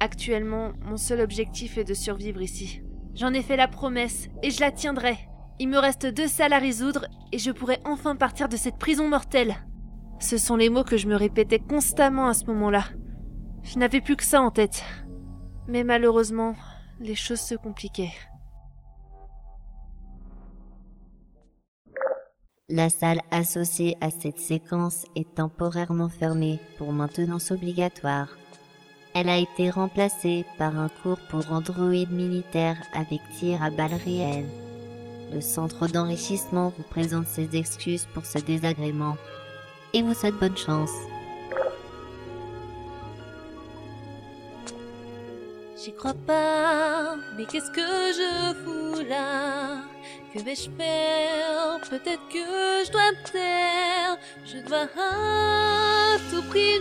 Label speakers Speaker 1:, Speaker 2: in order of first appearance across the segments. Speaker 1: Actuellement, mon seul objectif est de survivre ici. J'en ai fait la promesse, et je la tiendrai. Il me reste deux salles à résoudre, et je pourrai enfin partir de cette prison mortelle. Ce sont les mots que je me répétais constamment à ce moment-là. Je n'avais plus que ça en tête. Mais malheureusement, les choses se compliquaient.
Speaker 2: La salle associée à cette séquence est temporairement fermée pour maintenance obligatoire. Elle a été remplacée par un cours pour androïdes militaires avec tir à balles réelles. Le centre d'enrichissement vous présente ses excuses pour ce désagrément et vous souhaite bonne chance.
Speaker 3: J'y crois pas, mais qu'est-ce que je fous là Que vais-je faire Peut-être que je dois me taire. Je dois à tout prix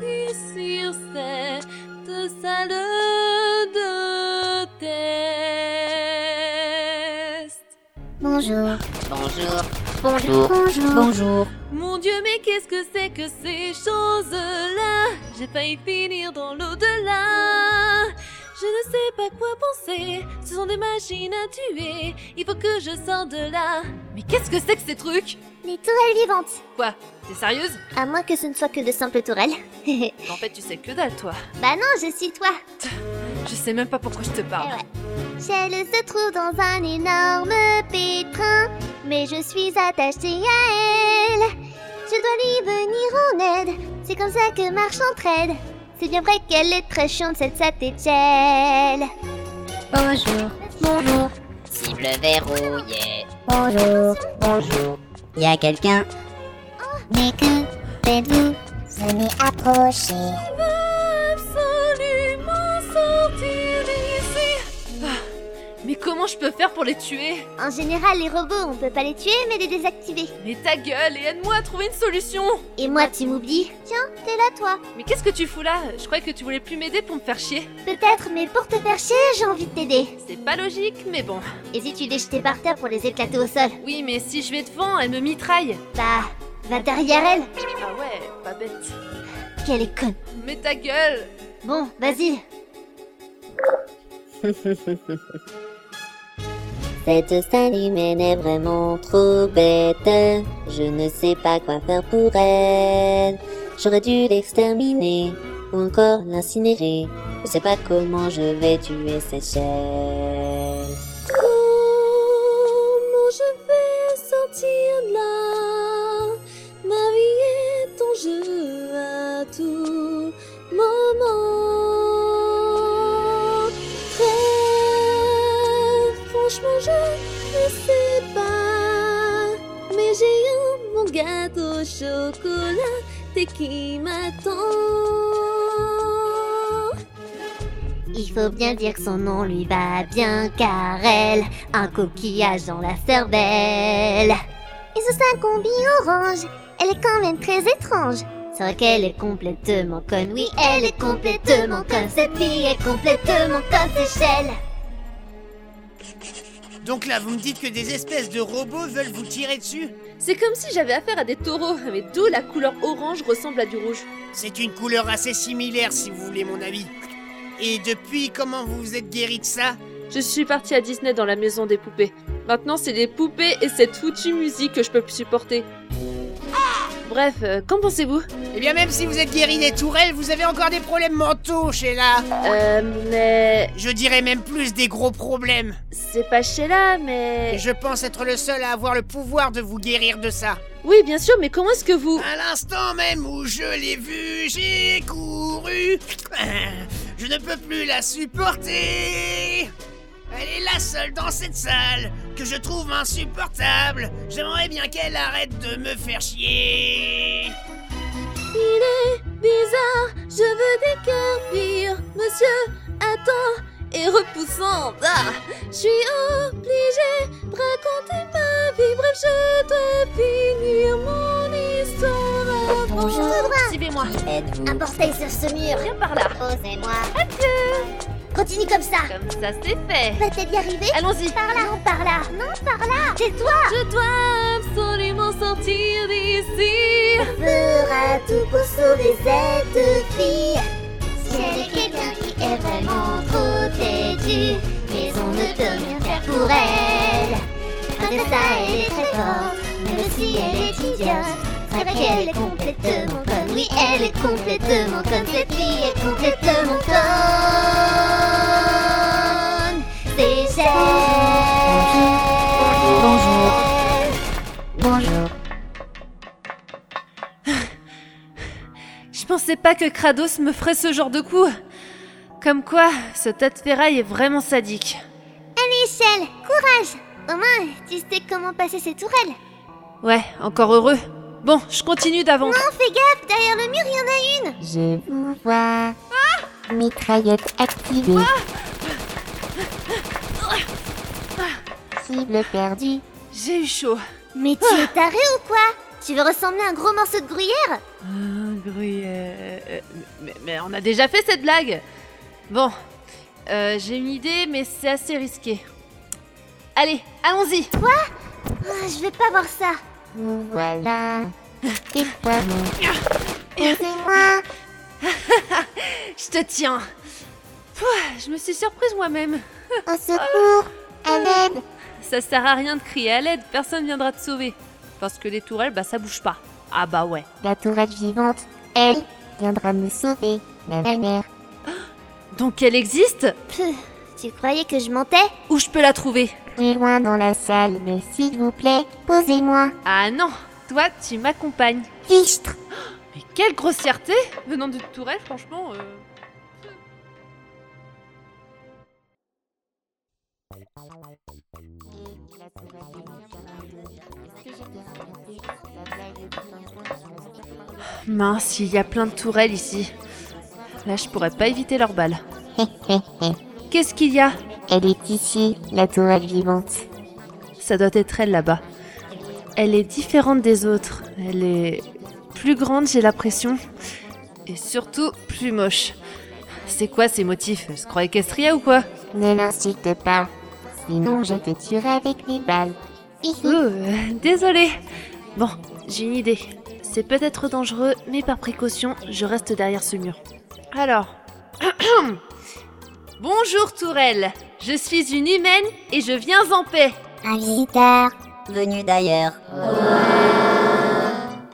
Speaker 3: réussir cette salle de test.
Speaker 4: Bonjour.
Speaker 5: Bonjour.
Speaker 4: Bonjour. Bonjour.
Speaker 2: Bonjour.
Speaker 3: Mon Dieu, mais qu'est-ce que c'est que ces choses-là J'ai failli finir dans l'au-delà. Je ne sais pas quoi penser, ce sont des machines à tuer, il faut que je sorte de là. Mais qu'est-ce que c'est que ces trucs
Speaker 4: Les tourelles vivantes.
Speaker 3: Quoi T'es sérieuse
Speaker 4: À moins que ce ne soit que de simples tourelles.
Speaker 3: En fait, tu sais que dalle, toi.
Speaker 4: bah non, je suis toi.
Speaker 3: Je sais même pas pourquoi je te parle.
Speaker 4: Shell se trouve dans un énorme pétrin, mais je suis attachée à elle. Je dois lui venir en aide, c'est comme ça que marche l'entraide. C'est bien vrai qu'elle est très chiante cette saté Shell.
Speaker 2: Bonjour. Bonjour.
Speaker 5: Cible verrouillée.
Speaker 2: Bonjour. Bonjour. Y a quelqu'un
Speaker 4: Mais que faites-vous Venez approcher.
Speaker 3: Absolument sortir d'ici. Ah, Mais comment je peux faire pour les tuer
Speaker 4: En général, les robots, on peut pas les tuer, mais les désactiver.
Speaker 3: Mais ta gueule et aide-moi à trouver une solution.
Speaker 4: Et moi, tu m'oublies Tiens, t'es là toi.
Speaker 3: Mais qu'est-ce que tu fous là Je croyais que tu voulais plus m'aider pour me faire chier.
Speaker 4: Peut-être, mais pour te faire chier, j'ai envie de t'aider.
Speaker 3: C'est pas logique, mais bon.
Speaker 4: Et si tu les jetais par terre pour les éclater au sol
Speaker 3: Oui, mais si je vais devant, elle me mitraille.
Speaker 4: Bah, va derrière elle.
Speaker 3: Ah ouais, pas bête.
Speaker 4: Quelle est conne.
Speaker 3: Mais ta gueule
Speaker 4: Bon, vas-y.
Speaker 2: Cette salle humaine est vraiment trop bête. Je ne sais pas quoi faire pour elle. J'aurais dû l'exterminer ou encore l'incinérer. Je sais pas comment je vais tuer cette chaîne.
Speaker 3: Comment je vais sortir de là Ma vie est en jeu à tout moment. Très franchement, je ne sais pas. Mais j'ai un bon gâteau au chocolat et qui m'attend.
Speaker 4: Il faut bien dire que son nom lui va bien car elle a un coquillage dans la cervelle. Et sous sa combi orange, elle est quand même très étrange. C'est vrai qu'elle est complètement conne, oui, elle est complètement conne. Cette fille est complètement conne, c'est Shell.
Speaker 6: Donc là, vous me dites que des espèces de robots veulent vous tirer dessus
Speaker 3: C'est comme si j'avais affaire à des taureaux, mais d'où la couleur orange ressemble à du rouge.
Speaker 6: C'est une couleur assez similaire, si vous voulez mon avis. Et depuis, comment vous vous êtes guéri de ça
Speaker 3: Je suis partie à Disney dans la maison des poupées. Maintenant, c'est les poupées et cette foutue musique que je peux plus supporter. Bref, euh, qu'en pensez-vous
Speaker 6: Eh bien, même si vous êtes guéri des tourelles, vous avez encore des problèmes mentaux, Sheila
Speaker 3: Euh, mais.
Speaker 6: Je dirais même plus des gros problèmes.
Speaker 3: C'est pas Sheila,
Speaker 6: Et
Speaker 3: mais.
Speaker 6: je pense être le seul à avoir le pouvoir de vous guérir de ça.
Speaker 3: Oui, bien sûr, mais comment est-ce que vous.
Speaker 6: À l'instant même où je l'ai vue, j'ai couru. Je ne peux plus la supporter. Elle est la seule dans cette salle que je trouve insupportable. J'aimerais bien qu'elle arrête de me faire chier.
Speaker 3: Il est bizarre, je veux décarpir, monsieur, attends, et repoussant. Ah, je suis obligée de raconter ma vie, bref, je dois finir mon histoire avant.
Speaker 2: Bonjour.
Speaker 3: Suivez-moi,
Speaker 2: Êtes-vous
Speaker 4: Un portail sur ce mur.
Speaker 3: viens par là.
Speaker 4: Posez-moi. Continue comme ça.
Speaker 3: Comme ça, c'est fait.
Speaker 4: Peut-être y arriver
Speaker 3: Allons-y.
Speaker 4: Par là. Ah Non, par là. Non, par là. Tais-toi.
Speaker 3: Je dois absolument sortir d'ici.
Speaker 4: fera tout pour sauver cette fille. Si elle est quelqu'un qui aime pour elle. Princessa, elle est très forte, même si elle est idiote. C'est vrai qu'elle est complètement conne, oui, elle est complètement conne. Cette fille est complètement conne. C'est elle.
Speaker 2: Bonjour. Bonjour.
Speaker 1: Je pensais pas que Kratos me ferait ce genre de coup. Comme quoi, ce tas de ferraille est vraiment sadique.
Speaker 4: Michel, courage Au moins, tu sais comment passer ces tourelles.
Speaker 1: Ouais, encore heureux. Bon, je continue d'avance.
Speaker 4: On fait gaffe, derrière le mur, il y en a une
Speaker 2: Je vous vois. Mitraillette activée. Ah! Cible perdue.
Speaker 1: J'ai eu chaud.
Speaker 4: Mais tu es taré ou quoi Tu veux ressembler à un gros morceau de gruyère
Speaker 1: gruyère. Mais, mais on a déjà fait cette blague. Bon, euh, j'ai une idée, mais c'est assez risqué. Allez, allons-y.
Speaker 4: Ah, Je vais pas voir ça.
Speaker 2: Vous voilà. Et toi, mon-
Speaker 4: Posez-moi
Speaker 1: Je te tiens. Pouah, je me suis surprise moi-même.
Speaker 2: au secours. À l'aide.
Speaker 1: Ça sert à rien de crier à l'aide, personne viendra te sauver. Parce que les tourelles, bah ça bouge pas. Ah bah ouais.
Speaker 2: La tourette vivante, elle, viendra nous sauver. Ma mère.
Speaker 1: Donc elle existe
Speaker 4: Peuh, Tu croyais que je mentais
Speaker 1: Où je peux la trouver
Speaker 2: Très loin dans la salle, mais s'il vous plaît, posez-moi.
Speaker 1: Ah non, toi tu m'accompagnes.
Speaker 2: Fichtre.
Speaker 1: Mais quelle grossièreté Venant d'une tourelle, franchement. euh. Mince, il y a plein de tourelles ici. Là, je pourrais pas éviter leurs balles. Qu'est-ce qu'il y a
Speaker 2: Elle est ici, la tourelle vivante.
Speaker 1: Ça doit être elle là-bas. Elle est différente des autres. Elle est plus grande, j'ai l'impression. Et surtout, plus moche. C'est quoi ces motifs Elle se croit équestria ou quoi
Speaker 2: Ne l'insulte pas, sinon je te tuerai avec mes balles.
Speaker 1: Ouh, euh, désolée. Bon, j'ai une idée. C'est peut-être dangereux, mais par précaution, je reste derrière ce mur. Alors. Bonjour Tourelle, je suis une humaine et je viens en paix.
Speaker 4: Un visiteur
Speaker 5: Venu d'ailleurs.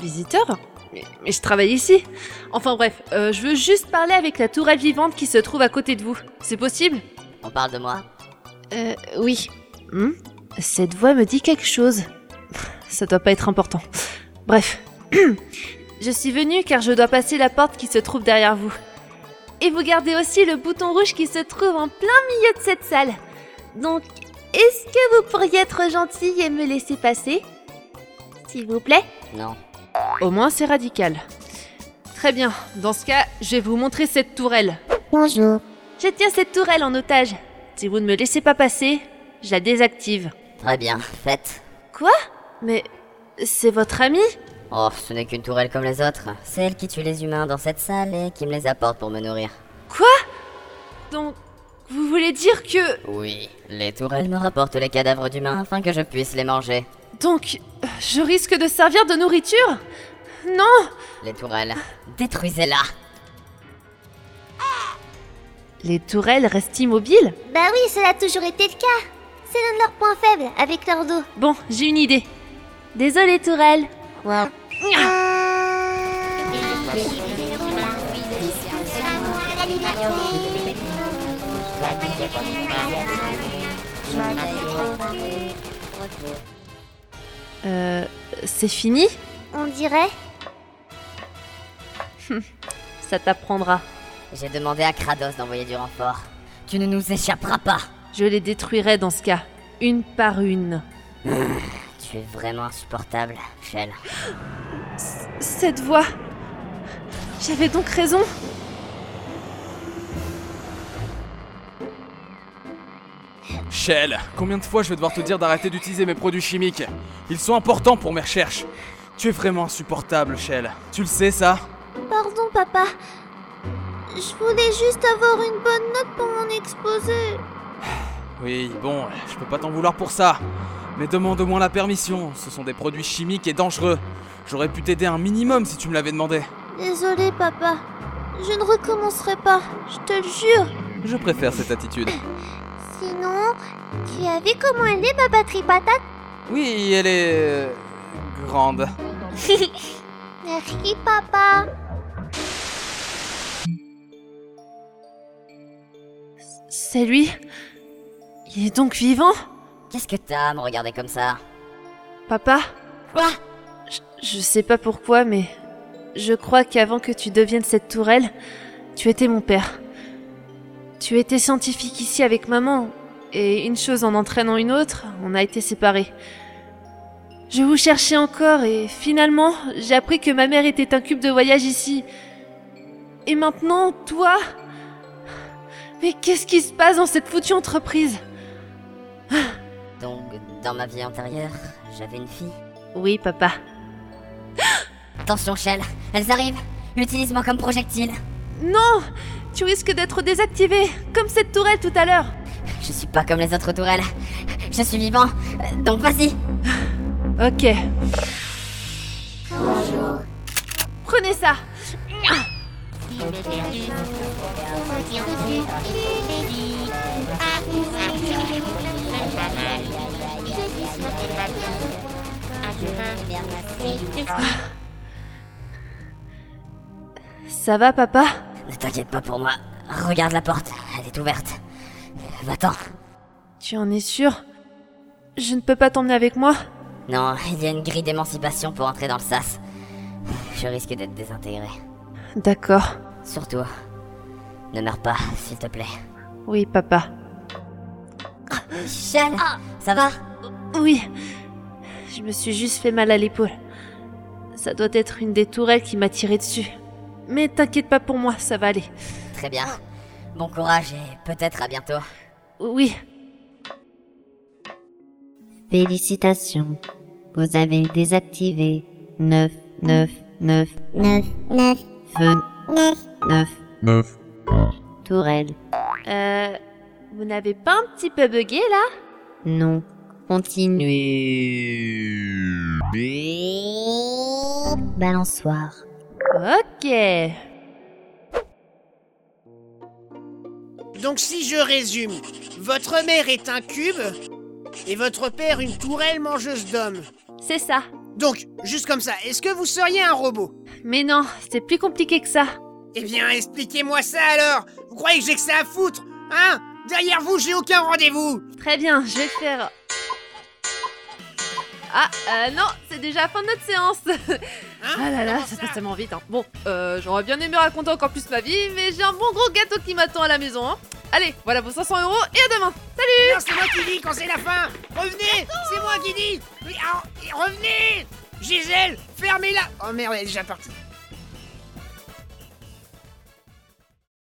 Speaker 1: Visiteur mais, mais je travaille ici. Enfin bref, euh, je veux juste parler avec la tourelle vivante qui se trouve à côté de vous. C'est possible
Speaker 5: On parle de moi
Speaker 1: Euh, oui. Hmm Cette voix me dit quelque chose. Ça doit pas être important. Bref. je suis venue car je dois passer la porte qui se trouve derrière vous. Et vous gardez aussi le bouton rouge qui se trouve en plein milieu de cette salle. Donc, est-ce que vous pourriez être gentil et me laisser passer S'il vous plaît
Speaker 5: Non.
Speaker 1: Au moins, c'est radical. Très bien. Dans ce cas, je vais vous montrer cette tourelle.
Speaker 2: Bonjour,
Speaker 1: Je tiens cette tourelle en otage. Si vous ne me laissez pas passer, je la désactive.
Speaker 5: Très bien, faites.
Speaker 1: Mais c'est votre ami
Speaker 5: Oh, ce n'est qu'une tourelle comme les autres. C'est elle qui tue les humains dans cette salle et qui me les apporte pour me nourrir.
Speaker 1: Donc vous voulez dire que
Speaker 5: Oui, les tourelles me rapportent les cadavres d'humains afin que je puisse les manger.
Speaker 1: donc euh, je risque de servir de nourriture Non
Speaker 5: Les tourelles, détruisez-la
Speaker 1: Les tourelles restent immobiles
Speaker 4: Bah oui, cela a toujours été le cas. C'est l'un de leurs points faibles, avec leur dos.
Speaker 1: Bon, j'ai une idée. Désolée tourelle.
Speaker 2: quoi
Speaker 1: Euh c'est fini
Speaker 4: On dirait
Speaker 1: Ça t'apprendra.
Speaker 5: J'ai demandé à Kratos d'envoyer du renfort. Tu ne nous échapperas pas
Speaker 1: Je les détruirai dans ce cas, une par une.
Speaker 5: Tu es vraiment insupportable, Shell.
Speaker 1: Cette voix J'avais donc raison
Speaker 7: Shell, combien de fois je vais devoir te dire d'arrêter d'utiliser mes produits chimiques Ils sont importants pour mes recherches. Tu es vraiment insupportable, Shell. Tu le sais, ça
Speaker 4: Pardon, papa. Je voulais juste avoir une bonne note pour mon exposé.
Speaker 7: Oui, bon, je peux pas t'en vouloir pour ça. Mais demande au moins la permission. Ce sont des produits chimiques et dangereux. J'aurais pu t'aider un minimum si tu me l'avais demandé.
Speaker 4: Désolé, papa. Je ne recommencerai pas, je te le jure.
Speaker 7: Je préfère cette attitude.
Speaker 4: Sinon, tu as vu comment elle est, ma batterie patate
Speaker 7: Oui, elle est. euh, grande.
Speaker 4: Merci, papa.
Speaker 1: C'est lui Il est donc vivant
Speaker 5: Qu'est-ce que t'as à me regarder comme ça
Speaker 1: Papa Quoi je, je sais pas pourquoi, mais je crois qu'avant que tu deviennes cette tourelle, tu étais mon père. Tu étais scientifique ici avec maman, et une chose en entraînant une autre, on a été séparés. Je vous cherchais encore, et finalement, j'ai appris que ma mère était un cube de voyage ici. Et maintenant, toi Mais qu'est-ce qui se passe dans cette foutue entreprise
Speaker 5: Donc, dans ma vie antérieure, j'avais une fille.
Speaker 1: Oui, papa.
Speaker 5: Attention, Shell, elles arrivent Utilise-moi comme projectile
Speaker 1: Non Tu risques d'être désactivé, comme cette tourelle tout à l'heure
Speaker 5: Je suis pas comme les autres tourelles. Je suis vivant, euh, donc vas-y
Speaker 1: Ok. Prenez ça Ça va, papa
Speaker 5: Ne t'inquiète pas pour moi. Regarde la porte, elle est ouverte. Va-t'en.
Speaker 1: Tu en es sûr Je ne peux pas t'emmener avec moi
Speaker 5: Non, il y a une grille d'émancipation pour entrer dans le sas. Je risque d'être désintégré.
Speaker 1: D'accord.
Speaker 5: Surtout, euh, ne meurs pas, s'il te plaît.
Speaker 1: Oui, papa.
Speaker 5: Shell, Ah, ça va
Speaker 1: Oui. Je me suis juste fait mal à l'épaule. Ça doit être une des tourelles qui m'a tiré dessus. Mais t'inquiète pas pour moi, ça va aller.
Speaker 5: Très bien. Bon courage et peut-être à bientôt.
Speaker 1: Oui,
Speaker 2: Félicitations. Vous avez désactivé 9, 9, 9,
Speaker 4: 9, 9,
Speaker 2: 9,
Speaker 4: 9.
Speaker 2: 9
Speaker 8: 9.
Speaker 2: tourelles.
Speaker 1: Euh. Vous n'avez pas un petit peu bugué là
Speaker 2: Non. Continuez. Balançoire.
Speaker 1: Ok.
Speaker 6: Donc si je résume, votre mère est un cube et votre père une tourelle mangeuse d'hommes.
Speaker 1: C'est ça.
Speaker 6: Donc, juste comme ça, est-ce que vous seriez un robot
Speaker 1: Mais non, c'est plus compliqué que ça.
Speaker 6: Eh bien, expliquez-moi ça alors Vous croyez que j'ai que ça à foutre Hein Derrière vous, j'ai aucun rendez-vous
Speaker 1: Très bien, je vais faire. Ah, euh, non, c'est déjà la fin de notre séance.
Speaker 6: Hein
Speaker 1: ah là là, ça passe tellement vite. Hein. Bon, euh, j'aurais bien aimé raconter encore plus ma vie, mais j'ai un bon gros gâteau qui m'attend à la maison. Hein. Allez, voilà vos 500 euros et à demain.
Speaker 6: Non, c'est moi qui dis quand c'est la fin Revenez C'est moi qui dis Mais, ah, et Revenez Gisèle, fermez-la Oh merde, elle est déjà partie